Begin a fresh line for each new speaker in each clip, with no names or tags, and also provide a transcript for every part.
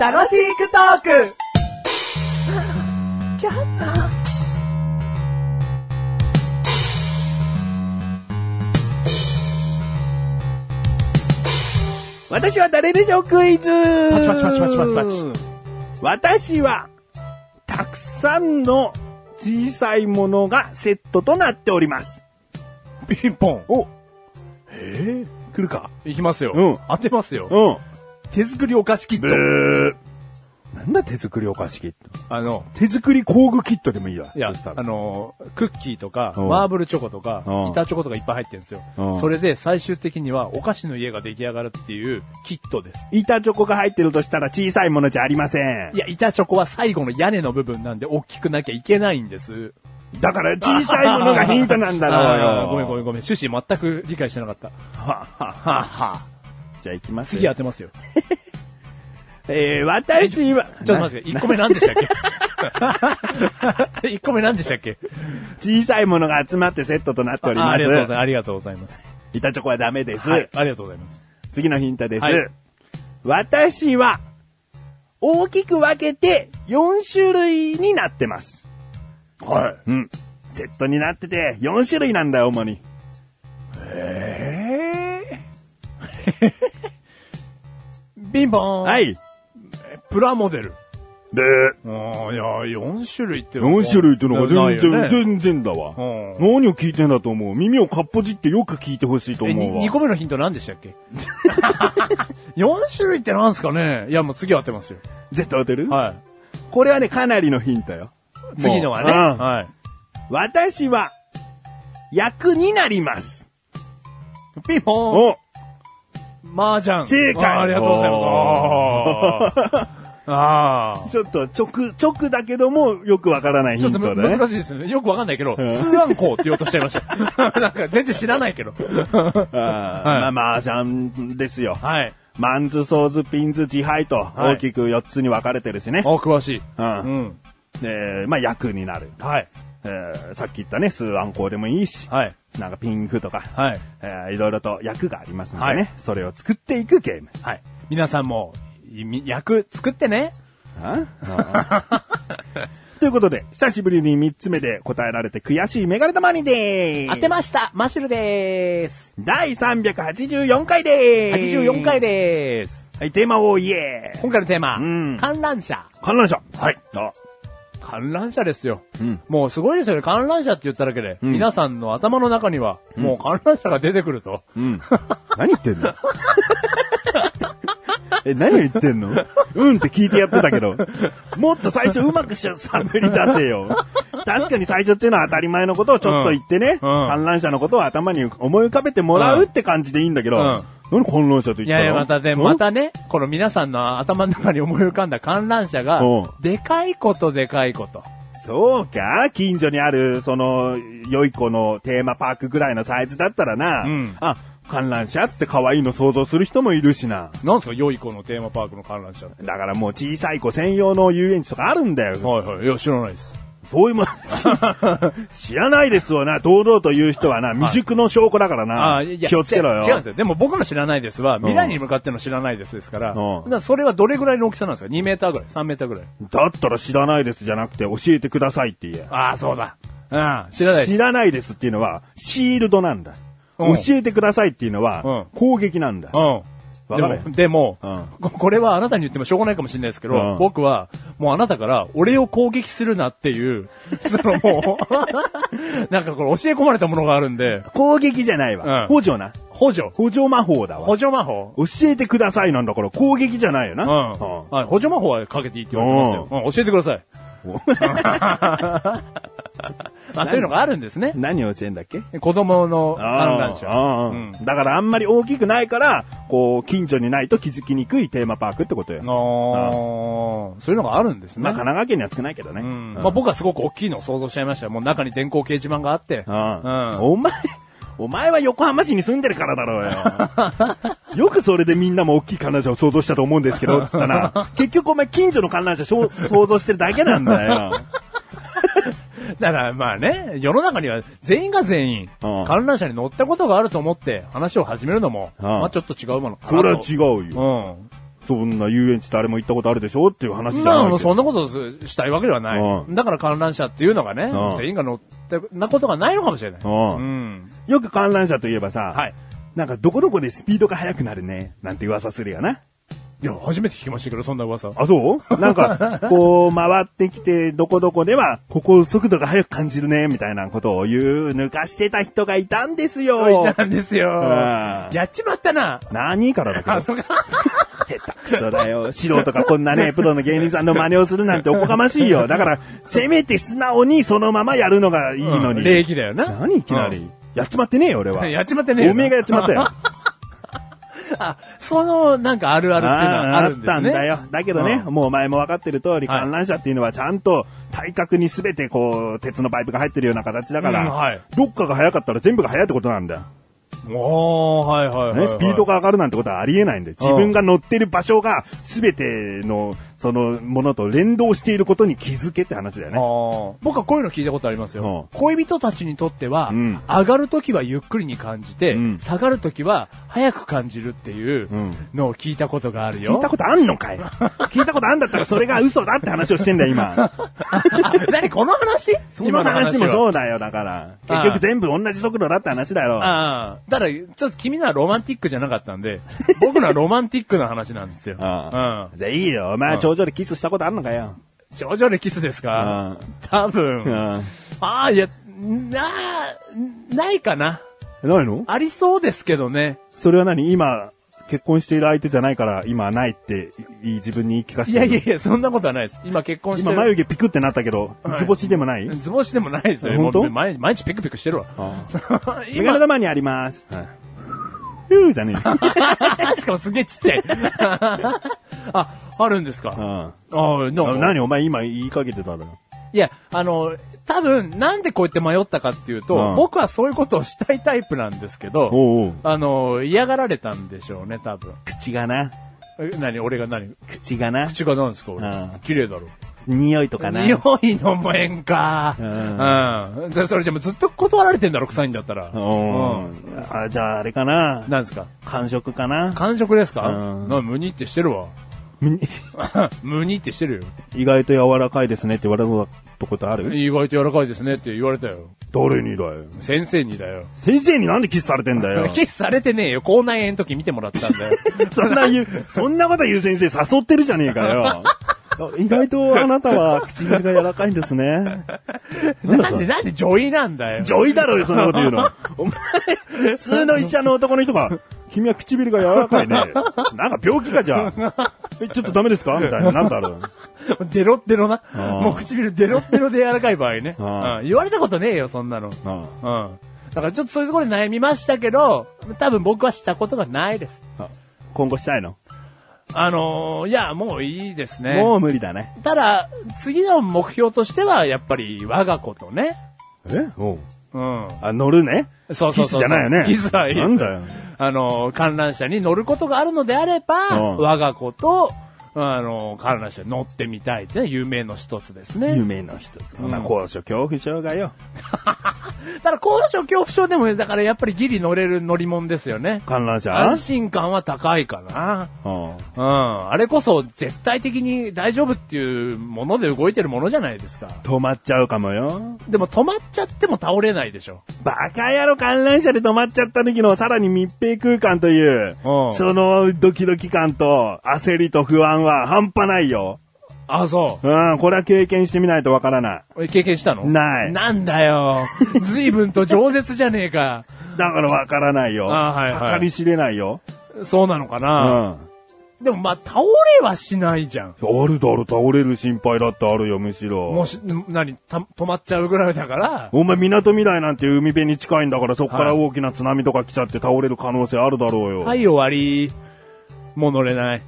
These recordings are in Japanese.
楽しくトーク
私は誰でしょうクイズパ
チパチパチパチパチパチ
私は、たくさんの小さいものがセットとなっております。
ピンポン。
おえー、来るか
いきますよ。
うん
当てますよ。
うん。
手作りお菓子キッ
ブ
ト。
ー。なんだ手作りお菓子キット。
あの、
手作り工具キットでもいいわ。
いや
そした、ら
あのー、クッキーとか、
うん
マーブルチョコとか
うん、
板チョコとかいっぱい入ってるんですよ
うん。
それで最終的にはお菓子の家が出来上がるっていうキットです。
板チョコが入ってるとしたら小さいものじゃありません
い。や、板チョコは最後の屋根の部分なんで大きくなきゃいけないんです。
だから小さいものがヒントなんだろう
あー
よ。
ごめんごめんごめん。趣旨全く理解してなかった。
はっはっは
はあ、はあ、
じゃあ行きます。
次当てますよ。
えー、私は、
ちょっと待ってください、1個目何でしたっ け ?1 個目何でしたっけ
小さいものが集まってセットとなっており
あ
ま。
ありがとうございますす。ありがとうございます。
板チョコはダメです。
はい、ありがとうございます。
次のヒントです。
はい
私は、大きく分けて4種類になってます。
はい。
うん。セットになってて4種類なんだよ、主に。
ビンポーン。
は。い。
プラモデル。
で、
ああ、いや、4種類って
4種類ってのが全然、
ないよね
全然だわ。
うん
何を聞いてんだと思う耳をかっぽじってよく聞いてほしいと
え、
思うわ。
2個目のヒント何でしたっけ ?4 種類ってなんですかねいや、もう次当てますよ。
絶対当てる、
は
これはね、かなりのヒントよ。
い。次のはね。
もううん
はい。
私は、役になります。
ピンポーン。
お
麻雀。
正解
あーありがとうございます。あーあー。
ちょっと直、直だけども、よくわからないヒ
ちょ
ン
っと
ト
む
だね。
難しいですね。よくわかんないけど、ツーアンコーって言おうとしちゃいました。 なんか全然知らないけど。
あーまあ、麻雀ですよ。
はい。
マンズ、ソーズ、ピンズ、自敗と、
はい
大きく4つに分かれてるしね。
お、詳しい。
うん
うん。
えーまあ、役になる。
はい。
えーさっき言ったね、数暗号でもいいし、
はい。
なんかピンクとか、
はい。
えーいろいろと役がありますのでね、
はい
それを作っていくゲーム。
はい。皆さんも、いみ役作ってね。
ああということで、久しぶりに3つ目で答えられて悔しいメガネ玉にでーす。
当てましたマッシュルでーす。
第384回でーす。
84回でーす。
はい、テーマを言えー。
今回のテーマ、
うん
観覧車。
観覧車。はい。あ、
観覧車ですよ。
うん
もうすごいですよね。観覧車って言っただけで、
ん
皆さんの頭の中には、もう観覧車が出てくると。
うん。 何言ってんの え、何を言ってんのうんって聞いてやってたけど。もっと最初うまくしゃ、喋り出せよ。確かに最初っていうのは当たり前のことをちょっと言ってね、
うんうん
観覧車のことを頭に思い浮かべてもらうって感じでいいんだけど、
うん
何観覧車と言ったの
いやいや、またね、
うん
またね、この皆さんの頭の中に思い浮かんだ観覧車が
うん、
でかいことでかいこと。
そうか近所にある、その、良い子のテーマパークぐらいのサイズだったらな。
うん
あ、観覧車っつって可愛いの想像する人もいるしな。
なんですか、良い子のテーマパークの観覧車って。
だからもう小さい子専用の遊園地とかあるんだよ。
はいはい。いや、知らない です。
そういうもん、 知知らないですわな。堂々と言う人はな、未熟の証拠だからな。気をつけろよ。
違う違うんですよ。でも僕の知らないですは、未来に向かっての知らないですですか
う
ら、
ん
だからそれはどれぐらいの大きさなんですか ?2 メーターぐらい ?3 メーターぐらい
だったら知らないですじゃなくて、教えてくださいって言え。
ああ、そうだ。うん、知らないです。
知らないですっていうのは、シールドなんだ。
うん
教えてくださいっていうのは、
う
攻撃なんだ。
うん。
わ
で
かる
も、でも、
うん
ここれはあなたに言ってもしょうがないかもしれないですけど、
うん
僕は、もうあなたから、俺を攻撃するなっていう、 そのもう、 なんかこれ教え込まれたものがあるんで、
攻撃じゃないわ。
うん
補助な。
補助。
補助魔法だわ。
補助魔法
教えてくださいなんだから攻撃じゃないよな。
うん。はい、補助魔法はかけていいって言われてますよ。うん、教えてくだ さい。まあ、そういうのがあるんですね。
何を教えんだっけ
子供の観覧車。
あー
うん
あーだからあんまり大きくないから、こう、近所にないと気づきにくいテーマパークってことよ。まあ、
あーそういうのがあるんですね。
神奈川県には少ないけどね。
う
うんん
まあ、僕はすごく大きいのを想像しちゃいましたよ。もう中に電光掲示板があって。
うん
うん
お前、お前は横浜市に住んでるからだろう よ。よくそれでみんなも大きい観覧車を想像したと思うんですけど、つった ら、結局お前近所の観覧車しょ想像してるだけなんだよ。
だからまあね、世の中には全員が全員
うん、
観覧車に乗ったことがあると思って話を始めるのも、
うん
まあちょっと違うものか
そ
な
れは
と。
違うよ。
う。
そんな遊園地誰も行ったことあるでしょっていう話じゃ
ま
ないけど
あ、そんなことすしたいわけではない。
うん
だから観覧車っていうのがね、
うん
全員が乗ってなことがないのかもしれない。
うん
ん。
よく観覧車といえばさ、
はい。
なんかどこどこでスピードが速くなるね、なんて噂するよな。
いや、初めて聞きましたけど、そんな噂。
あ、そうなんか、こう、回ってきて、どこどこでは、ここ速度が速く感じるね、みたいなことを言う、抜かしてた人がいたんです よ。
なんですよ
うん。
やっちまったな。
何からだけど
あ、。そうか。
下手くそだよ。素人がこんな ね、プロの芸人さんの真似をするなんておこがましいよ。だから、せめて素直にそのままやるのがいいのに。
うん礼儀だよな。
何いきなり、やっちまってねえよ、俺は。
やっちまってねえよ
おめえがやっちまったよ。
あ、その、なんかあるあるっていうのはあるんですね。
あったんだよ。だけどね、
う
もう前も分かってる通り、
はい
観覧車っていうのはちゃんと体格に全てこう、鉄のパイプが入ってるような形だから、
うんはい
どっかが速かったら全部が速いってことなんだよ。
おー、はいはいはい、は
ね、
い。
スピードが上がるなんてことはありえないんだよ。
うん
自分が乗ってる場所が全ての、そのものと連動していることに気づけって話だよ
あ
ね。
ー僕はこういうの聞いたことありますよ。
う
恋人たちにとっては、
うん
上がるときはゆっくりに感じて、
うん
下がるときは早く感じるっていうのを聞いたことがあるよ。
聞いたことあんのかい聞いたことあんだったらそれが嘘だって話をしてんだよ、今。
あ 何この話
その話も
は
そうだよ、だから。結局全部同じ速度だって話だよ。
ああ。ただ、ちょっと君のはロマンティックじゃなかった んで、僕のはロマンティックな話なんですよ。
あ
う
じゃあいいよ。お前、頂上でキスしたことあんのかよ。
ん。頂上でキスですか
あ
多
あ
分。
あ
ああ、いや、なあ、ないかな。
ないの
ありそうですけどね。
それは何今、結婚している相手じゃないから、今はないって、い自分に言い聞かせ
い
て
や
る
いやいや、そんなことはないです。今結婚して
今、
る。
眉毛ピクってなったけど、
はい
図星でも ない
ズボンしてもないですよ。
本当
もう毎毎日ピクピクしてるわ。
ああメガネ
今、
玉にあります。はいふーじゃねえよ
しかもすげえちっちゃい。 あ、あるんですか。
あ
ああ、な
あ
んか
何お前今言いかけてただろ。
いや、あの、多分、なんでこうやって迷ったかっていうと、
うん
僕はそういうことをしたいタイプなんですけど、
おうおう
あの、嫌がられたんでしょうね、多分。
口がな、
え何俺が何
口がな、
口が何ですか俺
うん。
綺麗だろ。
匂いとかな。
匂いのもえんか。うん。じゃあそれじゃもうずっと断られてんだろ、臭いんだったら。
おう
うん。
あじゃああれかな、
なんですか
感触かな。
感触ですか
うん
な、むにってしてるわ。 むにってしてるよ。
意外と柔らかいですねって言われたことある
意外と柔らかいですねって言われたよ。
誰にだよ。
先生にだよ。
先生になんでキスされてんだよ。
キスされてねえよ。口内炎の時見てもらったんだよ。
そんな言う、そんなこと言う先生誘ってるじゃねえかよ。 意外とあなたは唇が柔らかいんですね。 なんだ
な
そ
んで、
れ。
なんで女医なんだよ。
ジョイだろよ、そんなこと言うの。 お前、普通の医者の男の人が、君は唇が柔らかい ね。なんか病気かじゃあ。 え、ちょっとダメですかみたいな。なんだろう。
デロッデロな。
あー
もう唇デロッデロで柔らかい場合ね。
あー
うん言われたことねえよ、そんなの。うん。
あ
だからちょっとそういうところで悩みましたけど、多分僕はしたことがないです。
あ今後したいの、
あのーいや、もういいですね。
もう無理だね。
ただ、次の目標としては、やっぱり我が子とね。
えおう
うん。
あ、乗るね
そうそうそうそう。
キスじゃないよね
キスはいいです。
なんだよ
あの、観覧車に乗ることがあるのであれば、
うん
我が子と、あの、観覧車に乗ってみたいっていうのは夢の一つですね。
夢の一つ。
ん
まあ、高所恐怖症がよ。
ただ、高所恐怖症でもね、だからやっぱりギリ乗れる乗り物ですよね。
観覧車
安心感は高いかな。
うん。
うん。あれこそ絶対的に大丈夫っていうもので動いてるものじゃないですか。
止まっちゃうかもよ。
でも止まっちゃっても倒れないでしょ。
バカ野郎観覧車で止まっちゃった時のさらに密閉空間という、
うん
そのドキドキ感と焦りと不安は半端ないよ。
あ、そう。
うん、これは経験してみないとわからない。
経験したの
ない
なん だよ。随分と饒舌じゃねえか。
だからわからないよ。
あはいはい
計り知れないよ。
そうなのか
うん。
な、
あ
でもまあ、倒れはしないじゃん。
るだろ、倒れる心配だってあるよ、むし
も
ろ。
し、ん何、た止まっちゃうぐらいだから、
お前、港未来なんて海辺に近いんだから、そっから
はい
大きな津波とか来ちゃって倒れる可能性あるだろうよ。
はい、終わり。もう乗れない。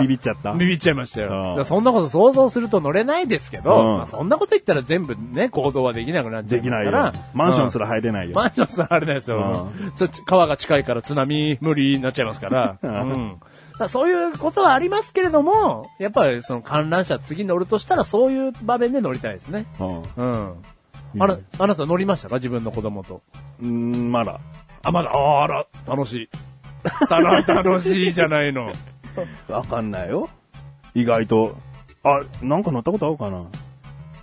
ビビっちゃった。
ビビっちゃいましたよ。
ああ
だからそんなこと想像すると乗れないですけど、
うん
まあ、そんなこと言ったら全部ね、行動はできなくなっちゃ
で
い
き
ま
な
す
い
から。
よ。マンションす
ら、
ら入れないよ。
マンションすらあれないですよ、そっち川が近いから津波無理になっちゃいますか ら。
う
うんん。らそういうことはありますけれども、やっぱりその観覧車次乗るとしたらそういう場面で乗りたいですね。
うん。う
うん。
いいね
あら、あなた乗りましたか自分の子供と。
ーん、まだ。
あ、まだ、ああら、楽しい。たら、 楽しいじゃないの。
わかんないよ。意外と。あ、なんか乗ったことあるかな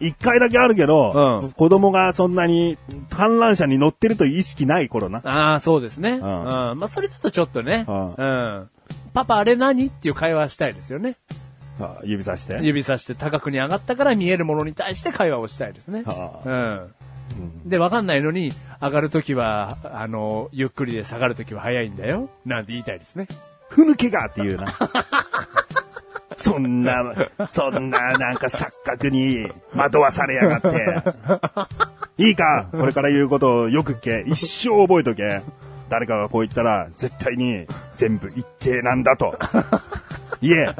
一回だけあるけど、
うん
子供がそんなに観覧車に乗ってるという意識ない頃な。
ああ、そうですね。うんん。まあ、それだとちょっとね。
う
うんん。パパあれ何っていう会話したいですよね。
あ指さして。
指さして高くに上がったから見えるものに対して会話をしたいですね。
は
うん。で、わかんないのに、上がるときは、あの、ゆっくりで下がるときは早いんだよ。なんて言いたいですね。
ふぬけがっていうな。 そんな、そんな、なんか錯覚に惑わされやがって。いいか、これから言うことをよく聞け。一生覚えとけ。誰かがこう言ったら、絶対に全部一定なんだと。いえ、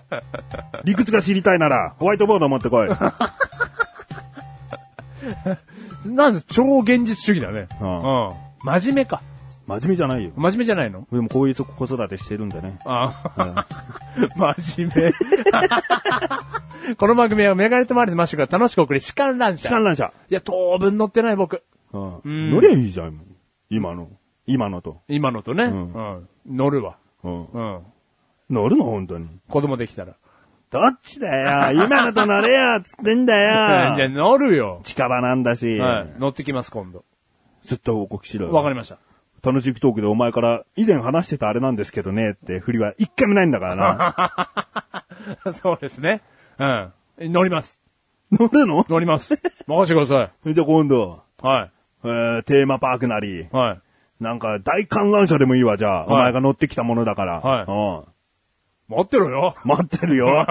理屈が知りたいなら、ホワイトボード持ってこい。
なんで、超現実主義だね。
うん
うん。真面目か。
真面目じゃないよ。
真面目じゃないの
でもこういう子育てしてるんだね。
ああ、真面目。 この番組はメガネとマリのマッシュが楽しく送り、痴漢乱
痴
射。
漢乱射。
いや、当分乗ってない僕。
うん
ん
乗りゃいいじゃん。今の。今のと。
今のとね。うんん。乗るわ。
うん
うん。
乗るの本当に。
子供できたら。
どっちだよ今のと乗れよっつってんだ
じゃあ
よ
乗るよ。
近場なんだし、
はい。乗ってきます、今度。
ずっと報告しろよ。
わかりました。
楽しくトークでお前から以前話してたあれなんですけどねって振りは一回もないんだからな。
そうですね。うん。乗ります。
乗るの
乗り ます。任せてくださ
じゃあ今度、
い。は
えー、テーマパークなり、
い。はい。
なんか大観覧車でもいいわ、じゃあ。
い
お前が乗ってきたものだから。
はい
うん
待ってろよ。
待ってるよ。